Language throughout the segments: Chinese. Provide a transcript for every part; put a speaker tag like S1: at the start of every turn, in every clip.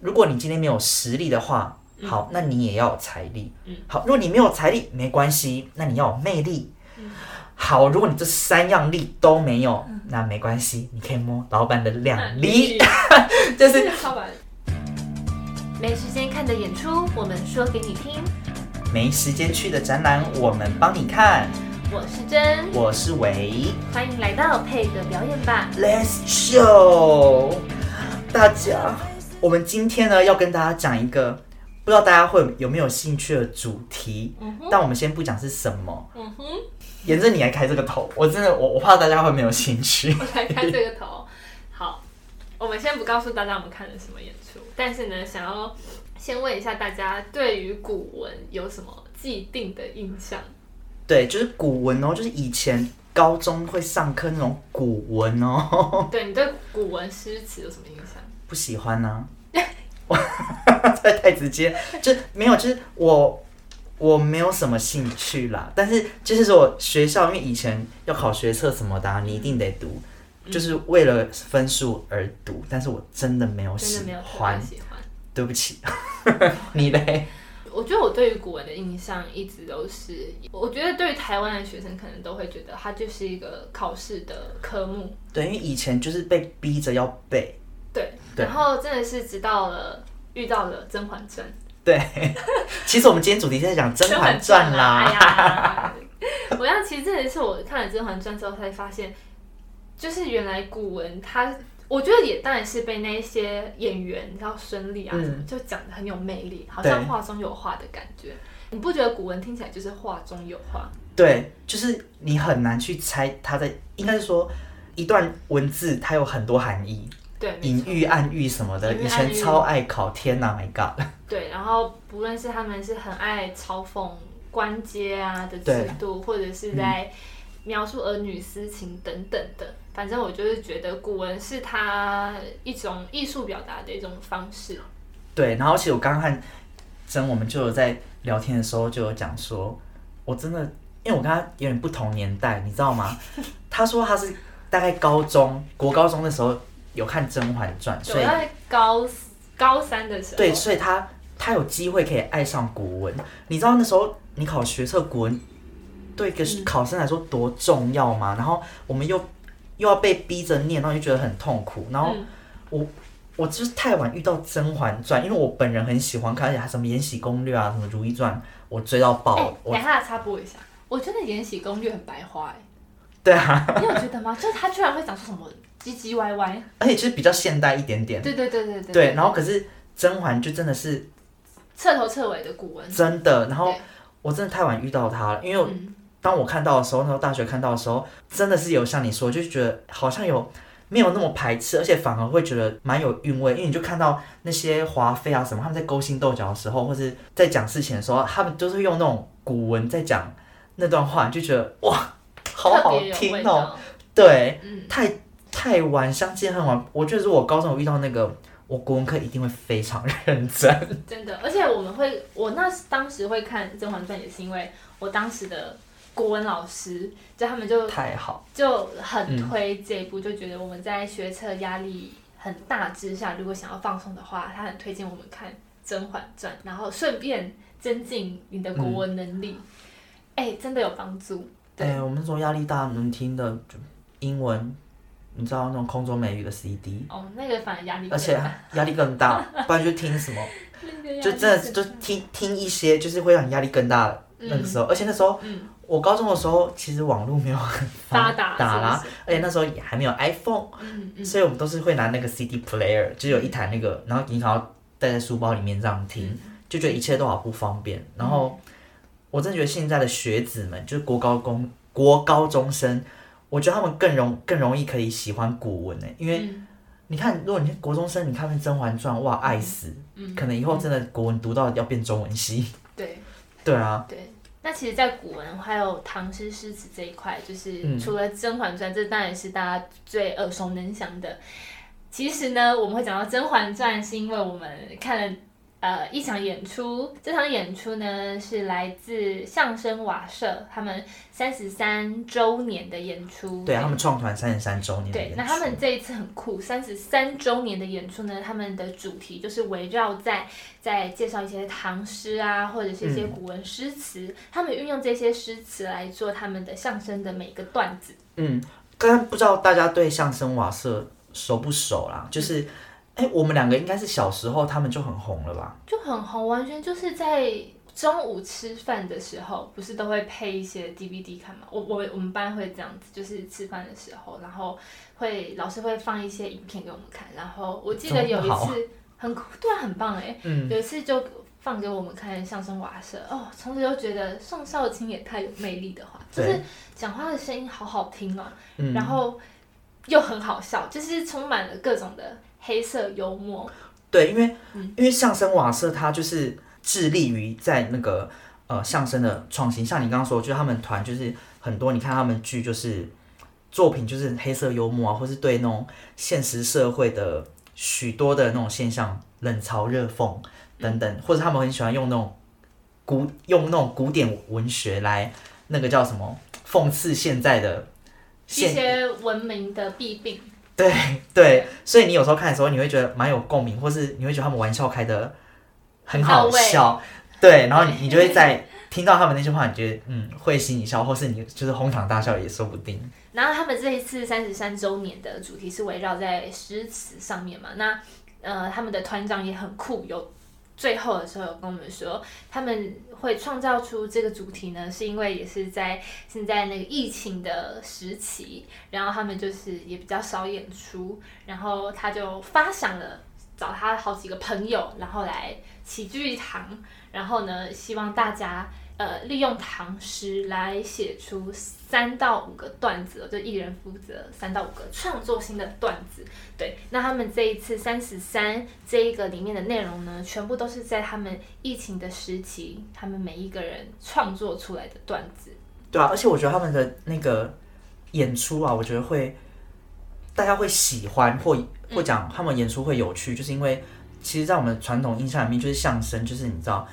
S1: 如果你今天没有实力的话，好，那你也要有财力。好，如果你没有财力没关系，那你要有魅力。好，如果你这三样力都没有，那没关系，你可以摸老板的两 力，
S2: 力
S1: 就是
S2: 是好吧？
S3: 没时间看的演出，我们说给你听。
S1: 没时间去的展览，我们帮你看。
S3: 我是真，
S1: 我是维
S3: 欢迎来到配的表演吧。
S1: ，Let's show 大家，我们今天呢要跟大家讲一个不知道大家会有没有兴趣的主题，
S2: 嗯哼，
S1: 但我们先不讲是什么。
S2: 嗯哼，
S1: 沿着你来开这个头，我真的我我怕大家会没有兴趣。
S2: 我来看这个头。 好，我们先不告诉大家我们看了什么演出，但是呢，想要先问一下大家对于古文有什么既定的印象？
S1: 对，就是古文哦，就是以前高中会上课那种古文哦，
S2: 对你对古文诗词有什么印象？
S1: 不喜欢呢、 啊。这太直接，就没有，就是我我没有什么兴趣啦。但是就是说，学校因为以前要考学测什么的、啊，你一定得读，就是为了分数而读。但是我真的没有
S2: 真的
S1: 喜
S2: 没有特
S1: 欢
S2: 别，喜欢。
S1: 对不起。 你嘞？
S2: 我觉得我对于古文的印象一直都是，我觉得对于台湾的学生可能都会觉得它就是一个考试的科目，
S1: 对，因为以前就是被逼着要背，
S2: 对。
S1: 对
S2: 然后真的是直到了遇到了《甄嬛传》，
S1: 对， 其实我们今天主题是在讲《甄嬛传》啊啦。
S2: 哎呀，我要其实真的是我看了《甄嬛传》之后才发现，就是原来古文它，我觉得也当然是被那些演员，你知道孙俪啊
S1: 嗯
S2: 什么，就讲的很有魅力，好
S1: 对
S2: 像话中有话的感觉。你不觉得古文听起来就是话中有话？
S1: 对，就是你很难去猜它在，应该是说一段文字它有很多含义，
S2: 对，没
S1: 隐喻、暗喻什么的。
S2: 隐喻
S1: 以前
S2: 暗喻
S1: 超爱考，天哪，My God！
S2: 对，然后不论是他们是很爱嘲讽官阶啊的
S1: 对
S2: 制度，或者是在描述儿女私情等等的，反正我就是觉得古文是他一种艺术表达的一种方
S1: 啊
S2: 式。
S1: 对，然后其实我刚刚和真我们就有在聊天的时候就有讲说，我真的因为我跟他有点不同年代，你知道 吗？他说他是大概高中国高中的时候有看《甄嬛传》，
S2: 对
S1: 所
S2: 我
S1: 以
S2: 在高四高三的时候，
S1: 对，所以他他有机会可以爱上古文。你知道那时候你考学测古文，对一个
S2: 嗯
S1: 考生来说多重要吗？然后我们又又要被逼着念，然后就觉得很痛苦。然后
S2: 嗯
S1: 我、我就是太晚遇到《甄嬛传》，因为我本人很喜欢看，而且还什么《延禧攻略》啊，什么《如懿传》，我追到爆。
S2: 哎、
S1: 我
S2: 等一下插播一下，我觉得《延禧攻略》很白花、哎，
S1: 对啊，
S2: 你有觉得吗？就是他居然会讲出什么唧唧歪歪，
S1: 而且就是比较现代一点点。
S2: 对对对对对，
S1: 对，然后可是甄嬛就真的是
S2: 彻头彻尾的古文，
S1: 真的，然后
S2: 对
S1: 我真的太晚遇到他了，因为我
S2: 嗯，
S1: 当我看到的时候，那时候大学看到的时候，真的是有像你说，就觉得好像有没有那么排斥，而且反而会觉得蛮有韵味，因为你就看到那些华妃啊什么，他们在勾心斗角的时候，或是在讲事情的时候，他们就是用那种古文在讲那段话，你就觉得哇，好好
S2: 特别有
S1: 听
S2: 味
S1: 哦、
S2: 道，
S1: 对，
S2: 嗯。
S1: 太太晚相见恨晚，我觉得如果高中我遇到那个，我国文课一定会非常认真。
S2: 真的，而且我们会，我那时当时会看《甄嬛传》，也是因为我当时的国文老师，就他们就
S1: 太好，
S2: 就很推这一部，就觉得我们在学测压力很大之下，如果想要放松的话，他很推荐我们看《甄嬛传》，然后顺便增进你的国文能
S1: 嗯
S2: 力。哎、真的有帮助。对
S1: 哎、我们那时候压力大，能听的就英文，你知道那种空中美语的 CD。
S2: 哦，那个反而压力更大，
S1: 而且压力更 大，不然就听什么，
S2: 那个压力
S1: 就真的就
S2: 更大嗯
S1: 听听一些就是会让你压力更大的那个时候，而且那时候
S2: 嗯
S1: 我高中的时候其实网络没有 很
S2: 发达
S1: 打啦
S2: 是不是，
S1: 而且那时候也还没有 iPhone，
S2: 嗯嗯
S1: 所以我们都是会拿那个 CD player，就有一台那个，然后你想要带在书包里面这样听，就觉得一切都好不方便。然
S2: 嗯
S1: 后我真的觉得现在的学子们，就是国高中国高中生，我觉得他们更容更容易可以喜欢古文呢、因为。
S2: 嗯
S1: 你看，如果你是国中生，你看那《甄嬛传》，哇，爱死！
S2: 嗯
S1: 可能以后真的国文读到要变中文系。
S2: 对。
S1: 对啊，
S2: 对，那其实，在古文还有唐诗诗词这一块，就是
S1: 嗯
S2: 除了《甄嬛传》，这当然是大家最耳熟能详的。其实呢，我们会讲到《甄嬛传》，是因为我们看了呃一场演出，这场演出呢是来自相声瓦舍他们三十三周年的演出。
S1: 对啊他们创团三十三周年的演
S2: 嗯对
S1: 出，
S2: 那他们这一次很酷，三十三周年的演出呢，他们的主题就是围绕在在介绍一些唐诗啊，或者是一些
S1: 嗯
S2: 古文诗词，他们运用这些诗词来做他们的相声的每个段子。
S1: 嗯，刚刚不知道大家对相声瓦舍熟不熟啦？就是，
S2: 嗯
S1: 哎、我们两个应该是小时候他们就很红了吧？
S2: 就很红，完全就是在中午吃饭的时候，不是都会配一些 DVD 看嘛？我我我们班会这样子，就是吃饭的时候，然后会老师会放一些影片给我们看，然后我记得有
S1: 这
S2: 一
S1: 么好
S2: 次很酷，对啊，很棒哎、
S1: 嗯，
S2: 有一次就放给我们看相声瓦舍，哦，从此就觉得宋少卿也太有魅力的话，就
S1: 对
S2: 是讲话的声音好好听哦，
S1: 嗯
S2: 然后又很好笑，就是充满了各种的黑色幽默，
S1: 对，因为、
S2: 嗯
S1: 因为相声瓦舍它就是致力于在那个呃相声的创新，像你刚刚说，就是他们团就是很多，你看他们剧就是作品就是黑色幽默啊，或是对那种现实社会的许多的那种现象冷嘲热讽等等，或者他们很喜欢用那种古用那种古典文学来那个叫什么讽刺现在的
S2: 一
S1: 现
S2: 些文明的弊病。
S1: 对 对，所以你有时候看的时候，你会觉得蛮有共鸣，或是你会觉得他们玩笑开的很好笑，对，然后你你就会在听到他们那些话，你觉得嗯会心一笑，或是你就是哄堂大笑也说不定。
S2: 嗯然后他们这一次三十三周年的主题是围绕在诗词上面嘛，那呃他们的团长也很酷，有最后的时候有跟我们说，他们会创造出这个主题呢，是因为也是在现在那个疫情的时期，然后他们就是也比较少演出，然后他就发想了。找他好几个朋友，然后来齐聚一堂，然后呢，希望大家呃利用唐诗来写出三到五个段子，就一人负责三到五个创作性的段子。对，那他们这一次三十三这一个里面的内容呢，全部都是在他们疫情的时期，他们每一个人创作出来的段子。
S1: 对啊，而且我觉得他们的那个演出啊，我觉得会大家会喜欢或或讲他们演出会有趣，就是因为其实，在我们传统印象里面，就是相声，就是你知道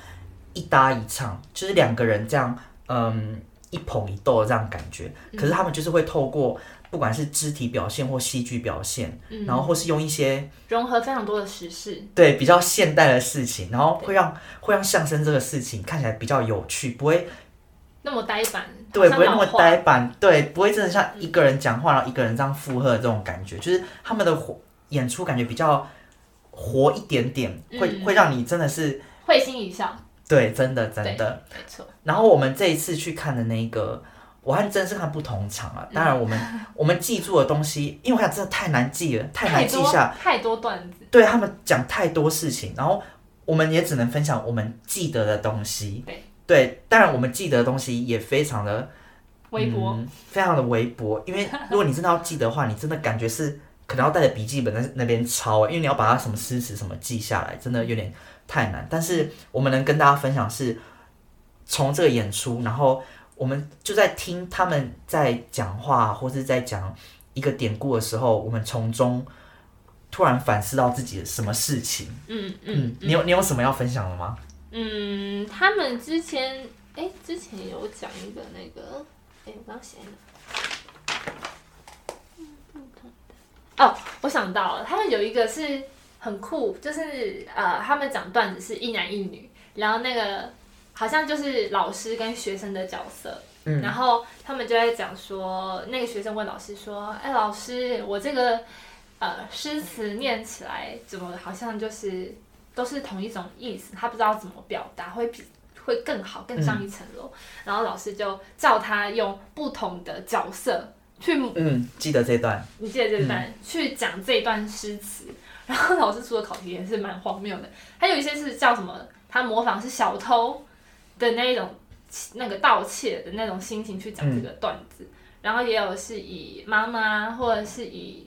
S1: 一搭一唱，就是两个人这样，嗯，一捧一逗的这样感觉。可是他们就是会透过不管是肢体表现或戏剧表现，
S2: 嗯，
S1: 然后或是用一些
S2: 融合非常多的时事。
S1: 对比较现代的事情，然后会让会让相声这个事情看起来比较有趣，不会
S2: 那么呆板，
S1: 对，
S2: 好
S1: 不
S2: 像
S1: 会那么
S2: 老嗯话
S1: 呆板，对，不会真的像一个人讲话，然后一个人这样附和的这种感觉，就是他们的活演出感觉比较活一点点，会
S2: 嗯
S1: 会让你真的是
S2: 会心一笑，
S1: 对，真的真的。
S2: 没错，
S1: 然后我们这一次去看的那个，我和真是看不同场啊。
S2: 嗯
S1: 当然，我 们、我们记住的东西，因为我看真的太难记了，太难记
S2: 多
S1: 下
S2: 太多段子，
S1: 对他们讲太多事情，然后我们也只能分享我们记得的东西。
S2: 对
S1: 对，当然我们记得的东西也非常的
S2: 微博。
S1: 嗯，非常的微薄。因 为如果你真的要记得的话，你真的感觉是可能要带着笔记本在那边抄、啊因为你要把它什么诗词什么记下来，真的有点太难。但是我们能跟大家分享是，从这个演出，然后我们就在听他们在讲话或是在讲一个典故的时候，我们从中突然反思到自己的什么事情。
S2: 嗯嗯
S1: 嗯，，你有你有什么要分享的吗？
S2: 嗯，他们之前哎，之前有讲一个那个，哎，我刚写的。哦，我想到了，他们有一个是很酷，就是呃，他们讲段子是一男一女，然后那个好像就是老师跟学生的角色，
S1: 嗯
S2: 然后他们就在讲说，那个学生问老师说：“哎，老师，我这个呃诗词念起来怎么好像就是都是同一种意思，他不知道怎么表达会比会更好，更上一层楼。然后老师就叫他用不同的角色去
S1: 嗯，记得这段。
S2: 你记得这段、去讲这一段诗词， 然后老师出的考题也是蛮荒谬的，还有一些是叫什么，他模仿是小偷的那一种那个盗窃的那种心情去讲这个段子，然后也有是以妈妈或者是以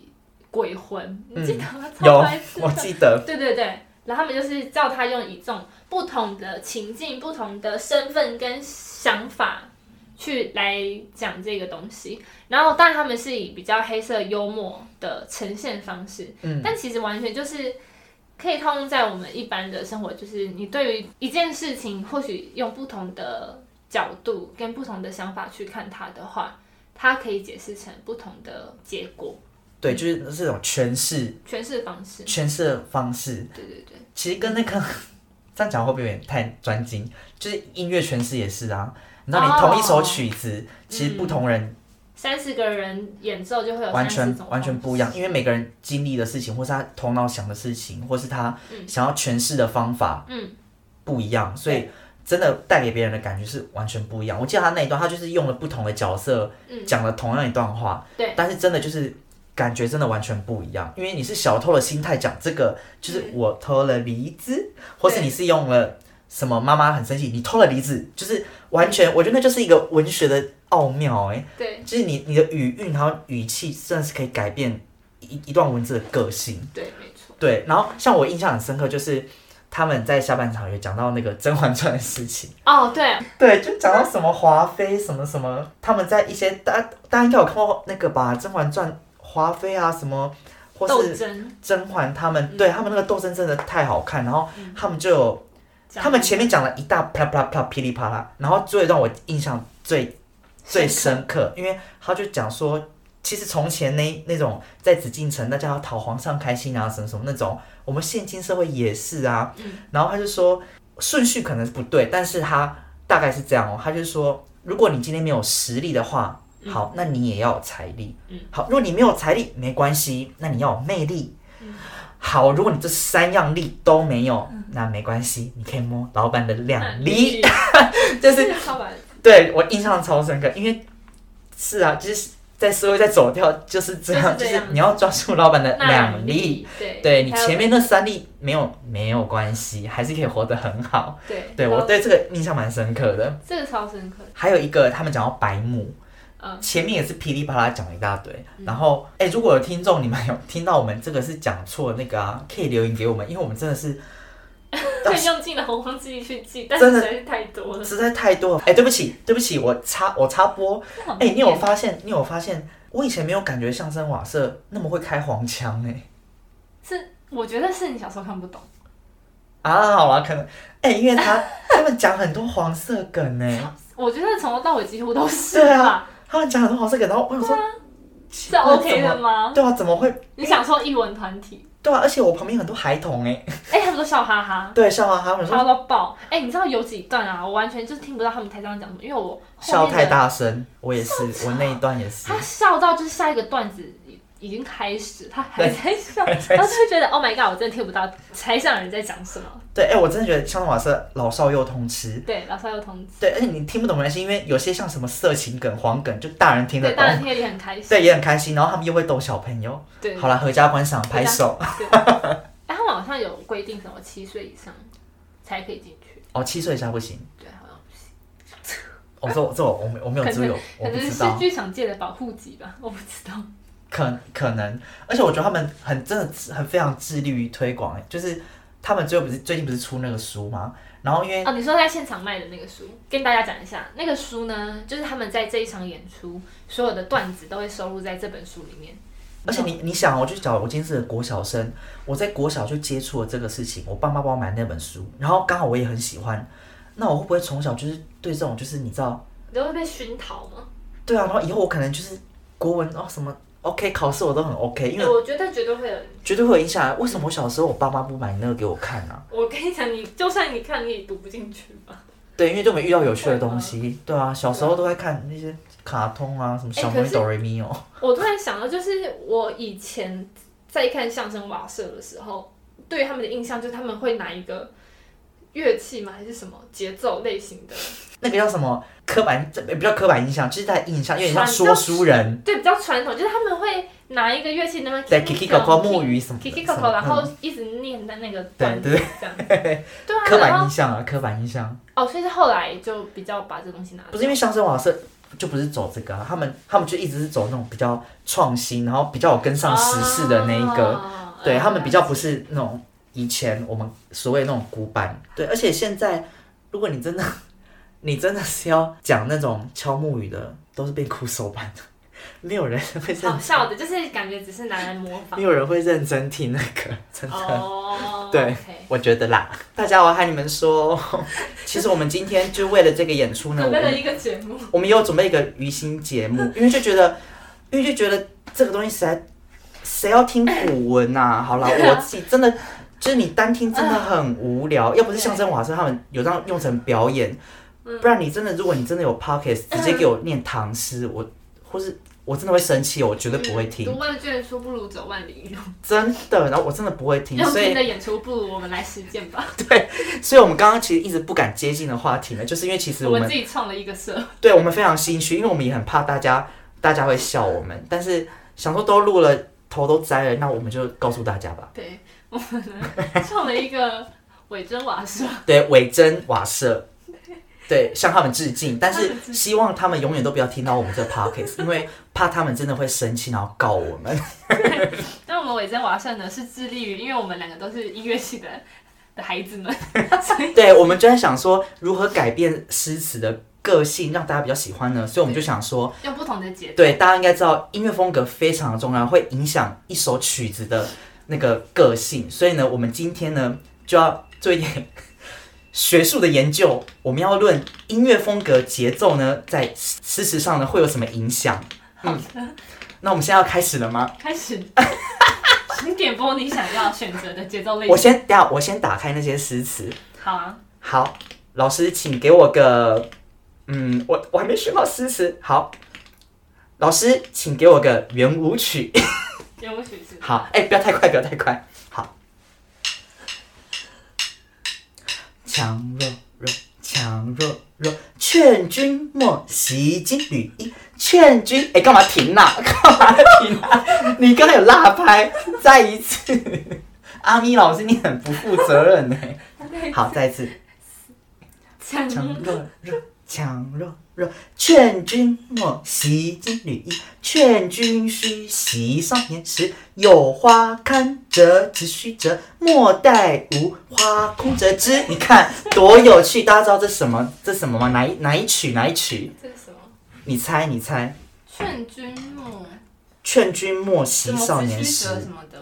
S2: 鬼魂，你记得吗？超
S1: 有
S2: 白，痴的
S1: 我记得。
S2: 对对对，然后他们就是叫他用以这种不同的情境、不同的身份跟想法去来讲这个东西。然后，当然他们是以比较黑色幽默的呈现方式，
S1: 嗯
S2: 但其实完全就是可以套用在我们一般的生活，就是你对于一件事情，或许用不同的角度跟不同的想法去看它的话，它可以解释成不同的结果、
S1: 对，就是这种诠释
S2: 诠释方式。
S1: 诠释的方式，
S2: 对对对，
S1: 其实跟那个 这样讲会不会有点太专精？就是音乐诠释也是啊，你知道，你
S2: 哦
S1: 同一首曲子，其实不同人
S2: 三十个人演奏嗯就会有
S1: 完
S2: 30
S1: 全
S2: 种
S1: 完全不一
S2: 方
S1: 样，
S2: 式。
S1: 因为每个人经历的事情，或是他头脑想的事情，或是他
S2: 嗯
S1: 想要诠释的方法
S2: 嗯，
S1: 不一样，所以真的带给别人的感觉是完全不一样。我记得他那一段，他就是用了不同的角色
S2: 嗯
S1: 讲了同样一段话，
S2: 对
S1: 但是真的就是。感觉真的完全不一样，因为你是小偷的心态讲这个，就是我偷了梨子，或是
S2: 对
S1: 你是用了什么妈妈很生气，你偷了梨子，就是完全，我觉得那就是一个文学的奥妙哎、
S2: 对
S1: 就是你你的语韵还有语气，真的是可以改变一一段文字的个性。
S2: 对，没错。
S1: 对，然后像我印象很深刻，就是他们在下半场有讲到那个《甄嬛传》的事情，
S2: 哦，对，
S1: 对，就讲到什么华妃什么什么，他们在一些大大家应该有看过那个吧，《甄嬛传》华妃啊什么，或
S2: 斗
S1: 是
S2: 争，
S1: 甄嬛他们，
S2: 嗯
S1: 对他们那个斗争真的太好看，然后
S2: 嗯
S1: 他们就有
S2: 讲
S1: 他们前面讲了一大啪啦啪啦啪啦噼里啪啦，然后最让我印象最最深刻，因为他就讲说，其实从前那那种在紫禁城大家要讨皇上开心啊，什么什么那种，我们现今社会也是啊。
S2: 嗯
S1: 然后他就说顺序可能是不对，但是他大概是这样哦，他就说，如果你今天没有实力的话，
S2: 嗯
S1: 好，那你也要有财力。
S2: 嗯
S1: 好，如果你没有财力没关系，那你要有魅力。
S2: 嗯
S1: 好，如果你这三样力都没有，那没关系，你可以摸老板的两
S2: 力
S1: 力。，就
S2: 就是是超白
S1: 对我印象超深刻，因为是啊，就是在社会在走跳就是这样，
S2: 就
S1: 就是
S2: 这
S1: 是
S2: 样
S1: 你要抓住老板的呃两
S2: 两
S1: 力。，
S2: 对，
S1: 对你
S2: 还有
S1: 前面那三力没有没有关系，还是可以活得很好。
S2: 对，
S1: 对
S2: 然后
S1: 我对这个印象蛮深刻的。
S2: 这个超深刻，
S1: 还有一个，他们讲到白目，
S2: 嗯，
S1: 前面也是噼里啪啦讲了一大堆。然后，哎、如果有听众你们有听到我们这个是讲错那个啊，可以留言给我们，因为我们真的是但
S2: 更用尽了洪荒之力去记，但
S1: 真
S2: 是
S1: 的
S2: 实在是太多了。
S1: 实在太多了。哎、对不起，对不起，我插我插播。哎、你有发现？你有发现？我以前没有感觉相声瓦舍那么会开黄腔哎、
S2: 是，我觉得是你小时候看不懂，
S1: 啊，好啦，可能哎、因为 他他们讲很多黄色梗哎、
S2: 我觉得从头到尾几乎都是
S1: 对啊
S2: 吧？
S1: 他们讲很多黄色梗，然后我想说，奇
S2: 啊是
S1: 怪
S2: OK
S1: 怎
S2: 的
S1: 么
S2: 吗？
S1: 对啊，怎么会？
S2: 你想说译文团体？
S1: 对啊，而且我旁边有很多孩童哎、
S2: 哎，他们都笑哈哈。
S1: 对，笑哈哈，我想
S2: 笑
S1: 说
S2: 到爆！哎、你知道有几段啊？我完全就是听不到他们台上讲什么，因为我后
S1: 笑
S2: 面的
S1: 太大声，我也是，我那一段也是
S2: 他，笑到就是下一个段子已已经开始，他还在笑，
S1: 还
S2: 然
S1: 在
S2: 后就会觉得 Oh my god，我真的听不到台上的人在讲什么。
S1: 对，哎、我真的觉得相声瓦舍老少又通吃。
S2: 对，老师又通知，
S1: 对，而且你听不懂没关系，因为有些像什么色情梗、黄梗，就大人听得
S2: 对，
S1: 懂。
S2: 当然听得也很开心。
S1: 对，也很开心。然后他们又会逗小朋友。
S2: 对，
S1: 好啦，合家观赏，拍手。
S2: 对。哎，他们好像有规定什么七岁以上才可以进去，
S1: 哦，七岁以下不行。
S2: 对，好像不行。
S1: 我、说这我我没我没有注意，我
S2: 可
S1: 不
S2: 能
S1: 知
S2: 是
S1: 道，
S2: 剧场界的保护级吧，我不知道。
S1: 可可能。而且我觉得他们很真的很非常致力于推广、欸，就是他们最后不是最近不是出那个书吗？然后因为
S2: 哦，你说在现场卖的那个书，跟大家讲一下，那个书呢，就是他们在这一场演出所有的段子都会收录在这本书里面。
S1: 而且
S2: 嗯
S1: 你你想，我就找我今天是个国小生，我在国小就接触了这个事情，我爸妈帮我买那本书，然后刚好我也很喜欢，那我会不会从小就是对这种就是你知道，
S2: 你都会被熏陶吗？
S1: 对啊，然后以后我可能就是国文哦什么 OK 考试我都很 OK，因为
S2: 对我觉得绝对会有。
S1: 绝对会有影响啊。为什么我小时候我爸妈不买那个给我看啊？
S2: 我跟你讲，你就算你看，你也读不进去吧。
S1: 对，因为就没遇到有趣的东西。对啊，小时候都在看那些卡通啊，什么小
S2: 哎可
S1: 魔
S2: 是
S1: 女哆瑞咪哦。
S2: 我突然想到，就是我以前在看相声瓦舍的时候，对于他们的印象就是他们会拿一个乐器嘛，还是什么节奏类型的，
S1: 那个叫什么刻板，这也不叫刻板印象，就是在印象，有点像
S2: 传
S1: 说书人，
S2: 对，比较传统，就是他们会拿一个乐器那么
S1: 对，Kiki 狗狗木鱼什么的
S2: Kiki
S1: 什
S2: Coco，
S1: 么
S2: 然后一直念的那个段
S1: 对
S2: 子
S1: 对，
S2: 这样，
S1: 对，
S2: 对啊，
S1: 刻
S2: 然
S1: 板
S2: 后
S1: 印象啊，刻板印象，
S2: 哦，所以是后来就比较把这东西拿
S1: 不是因为相声瓦舍就不是走这个、啊，他们他们就一直是走那种比较创新，然后比较有跟上时事的那一个，
S2: 哦
S1: 对他们比较不是那种以前我们所谓那种古板，对，而且现在如果你真的 你真的是要讲那种敲木鱼的，都是变苦手板的，没有人会 认
S2: 好笑的，就是感觉只是拿来模仿
S1: 没有人会认真听那个，真的。
S2: 哦。哦，
S1: 对
S2: OK
S1: 我觉得啦，大家我要和你们说， 其实我们今天就为了这个演出呢，我
S2: 准备了
S1: 们
S2: 一个节目，
S1: 我们也有准备一个于心节目，
S2: 嗯
S1: 因为就觉得，因为就觉得这个东西实在，谁要听古文呐、好 啦，
S2: 对啊
S1: 我自己真的。就是你单听真的很无
S2: 啊
S1: 聊，要不是相声瓦舍他们有这样用成表演，
S2: 嗯
S1: 不然你真的如果你真的有 pockets，直接给我念唐诗，我或是我真的会生气，我绝对不会听
S2: 读，万卷书不如走万里路，
S1: 真的。然后我真的不会听，
S2: 用
S1: 所以
S2: 嗯听的演出不如我们来实践吧。
S1: 所以我们刚刚其实一直不敢接近的话题呢，就是因为其实我
S2: 我们
S1: 们
S2: 自己创了一个社，
S1: 对我们非常心虚，因为我们也很怕大家大家会笑我们，但是想说都录了，头都摘了，那我们就告诉大家吧。
S2: 对我们呢创了一个伪真瓦社，
S1: 对，伪真瓦舍，对，向他们致敬，但
S2: 他
S1: 是
S2: 们致敬
S1: 希望他们永远都不要听到我们这 podcast，因为怕他们真的会生气，然后告我们。
S2: 但我们伪真瓦社呢是致力于，因为我们两个都是音乐系的的孩子们，所以
S1: 对，我们就在想说如何改变诗词的个性，让大家比较喜欢呢，所以我们就想说。
S2: 用不同的节奏，
S1: 对，大家应该知道，音乐风格非常的重要，会影响一首曲子的那个个性。所以呢，我们今天呢就要做一点 学术的研究，我们要论音乐风格、节奏呢在诗诗词上呢会有什么影响。嗯
S2: 好的。
S1: 那我们现在要开始了吗？
S2: 开始，请点播你想要选择的节奏类
S1: 我
S2: 型。
S1: 先等一下，我先打开那些诗词。
S2: 好啊，
S1: 好，老师，请给我个，嗯，我我还没学到诗词。好，老师，请给我个圆舞曲。
S2: 任务曲子。
S1: 好，哎、不要太快，不要太快。好，强弱弱，强弱弱，劝君莫惜金缕衣。劝君，哎、干嘛停啦、 干嘛停啦、啊你刚刚有落拍，再一次。 阿咪老师，你很不负责任呢、好，再一次。
S2: 强
S1: 强弱弱，强弱弱，劝君莫惜金缕衣，劝君须惜少年时。有花堪折直须折，莫待无花空折枝。你看多有趣！大家知道这什么？这什么吗？哪一哪一曲？哪一曲？
S2: 这是什么？
S1: 你猜，你猜。
S2: 劝君莫
S1: 劝君莫惜
S2: 什么
S1: 少
S2: 子
S1: 年
S2: 虚
S1: 时
S2: 折。什么的，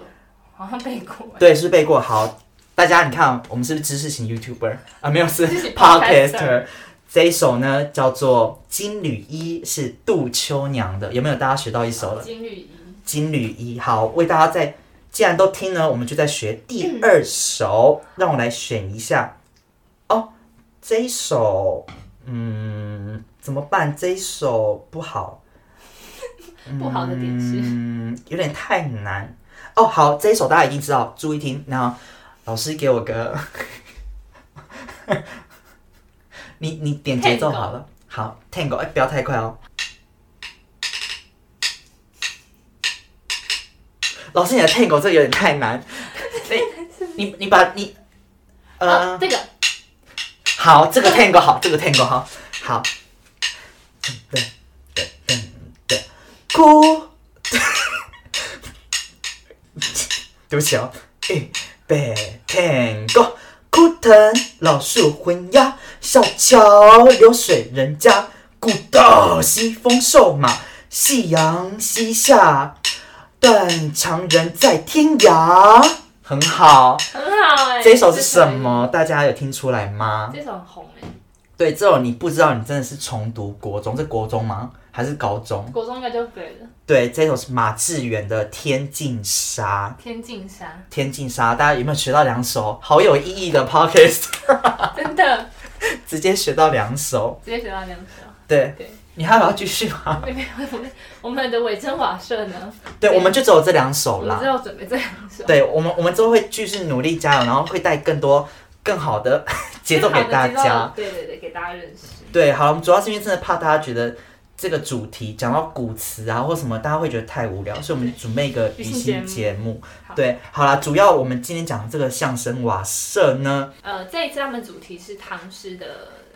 S2: 好像背过欸。
S1: 对，是背过。好，大家你看，我们是不是知识型 YouTuber 啊？没有，是
S2: 知识型 podcaster
S1: Podcaster。这一首呢叫做《金缕衣》，是杜秋娘的。有没有大家学到一首了？《
S2: 金缕衣，
S1: 金缕衣》好，为大家在既然都听呢，我们就在学
S2: 嗯
S1: 第二首。让我来选一下哦，这一首，嗯，怎么办？这一首不好，
S2: 不好的点是
S1: 嗯，有点太难哦。好，这一首大家一定知道，注意听。然后老师给我个， 你你点节奏
S2: Tango
S1: 好了。好，Tango，哎、不要太快哦。老师，你的 Tango 这有点太难。哎你你你把你，呃，
S2: 啊，这个
S1: 好，这个 Tango 好，这个 Tango 好，好。哭， 对不起哦。预备 Tango，枯藤老树昏鸦，小桥流水人家，古道西风瘦马，夕阳西下，断肠人在天涯。很好，
S2: 很好哎。
S1: 这首是什？么？大家有听出来吗？
S2: 这首很红哎，
S1: 对，这种你不知道，你真的是重读国中，是国中吗？还是高中？
S2: 国中应该就背了
S1: 对，这首是马致远的《天净沙》。
S2: 《天净沙
S1: 《天净沙》，大家有没有学到两首好有意义的 podcast？》，
S2: 真的
S1: 直接学到两首。
S2: 直接学到两首。
S1: 对，
S2: 对
S1: 你还有要继续吗？
S2: 没有我们我们的伪真瓦舍呢，
S1: 对，
S2: 对
S1: 我们就只有这两
S2: 我
S1: 首
S2: 们
S1: 啦
S2: 只。有准备这两首。
S1: 对，我们我们之后会继续努力加油，然后会带更多更好的节奏给大
S2: 更好
S1: 家。
S2: 的节奏。对对对，给大家认识。
S1: 对，好，我们主要是因为真的怕大家觉得这个主题讲到古词啊或什么，大家会觉得太无聊，所以我们准备一个
S2: 对
S1: 娱
S2: 娱乐
S1: 乐
S2: 节
S1: 节目
S2: 好。
S1: 对，好啦，主要我们今天讲的这个相声瓦舍呢，
S2: 呃，这一次他们主题是唐诗的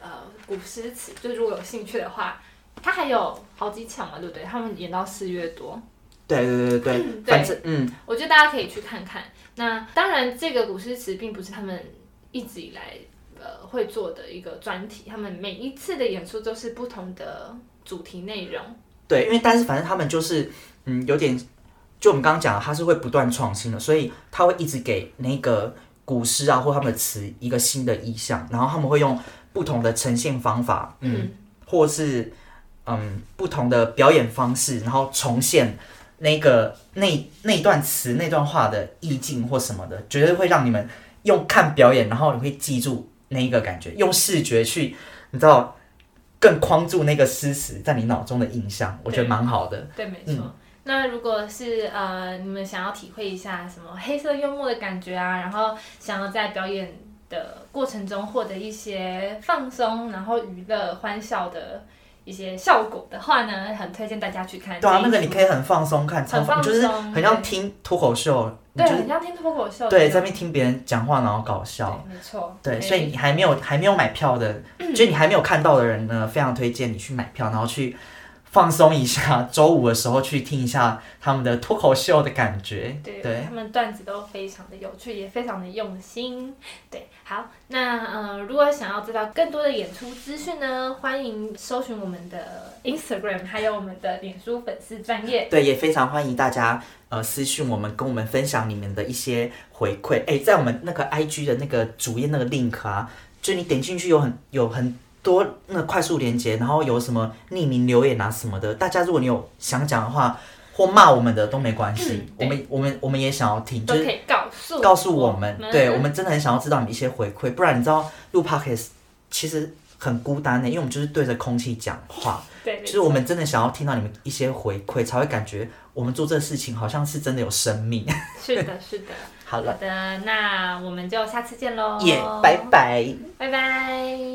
S2: 呃古诗词，就如果有兴趣的话，它还有好几场嘛，对不对？他们演到四月多，
S1: 对对对对对，
S2: 对
S1: 反正嗯，
S2: 我觉得大家可以去看看。那当然，这个古诗词并不是他们一直以来呃会做的一个专题，他们每一次的演出都是不同的主题内容。
S1: 对，因为但是反正他们就是嗯有点，就我们刚刚讲的，它是会不断创新的，所以他会一直给那个。古诗啊或他们的词一个新的意象，然后他们会用不同的呈现方法，嗯，或是嗯不同的表演方式，然后重现那个那那段词那段话的意境或什么的，绝对会让你们用看表演，然后你会记住那一个感觉，用视觉去，你知道。更框住那个诗词在你脑中的印象，我觉得蛮好的。
S2: 对，没错。
S1: 嗯
S2: 那如果是呃，你们想要体会一下什么黑色幽默的感觉啊，然后想要在表演的过程中获得一些放松，然后娱乐欢笑的一些效果的话呢，很推荐大家去看这
S1: 对
S2: 一
S1: 啊
S2: 出。，
S1: 那个你可以很放松看，超
S2: 很放松
S1: 就是很像听脱口秀，你
S2: 对，
S1: 就是
S2: 很像听脱口秀的。
S1: 对在那边听别人讲话，然后搞笑。
S2: 对，没嗯错。
S1: 对，
S2: 可
S1: 所以你还没有还没有买票的，就你还没有看到的人呢，非常推荐你去买票，然后去放松一下。周五的时候去听一下他们的脱口秀的感觉。
S2: 对，
S1: 对，
S2: 他们段子都非常的有趣，也非常的用心。对，好，那呃，如果想要知道更多的演出资讯呢，欢迎搜寻我们的 Instagram，还有我们的脸书粉丝专业。
S1: 对，也非常欢迎大家呃私讯我们，跟我们分享你们的一些回馈。哎，在我们那个 IG 的那个主页那个 link 啊，就你点进去有很有很多那个快速连接，然后有什么匿名留言啊什么的。大家如果你有想讲的话或骂我们的都没关系，我
S2: 嗯对
S1: 们我们我们也想要听，
S2: 都
S1: 就是
S2: 可以告诉
S1: 告诉我们，对我
S2: 们
S1: 们真的很想要知道你一些回馈，不然你知道录 podcast 其实很孤单的、因为我们就是对着空气讲话。
S2: 对，没
S1: 就是我们真的想要听到你们一些回馈，才会感觉我们做这事情好像是真的有生命。
S2: 错 是的，是的，
S1: 好
S2: 好
S1: 了，
S2: 的，那我们就下次见喽，
S1: 耶、拜，拜。
S2: 拜拜。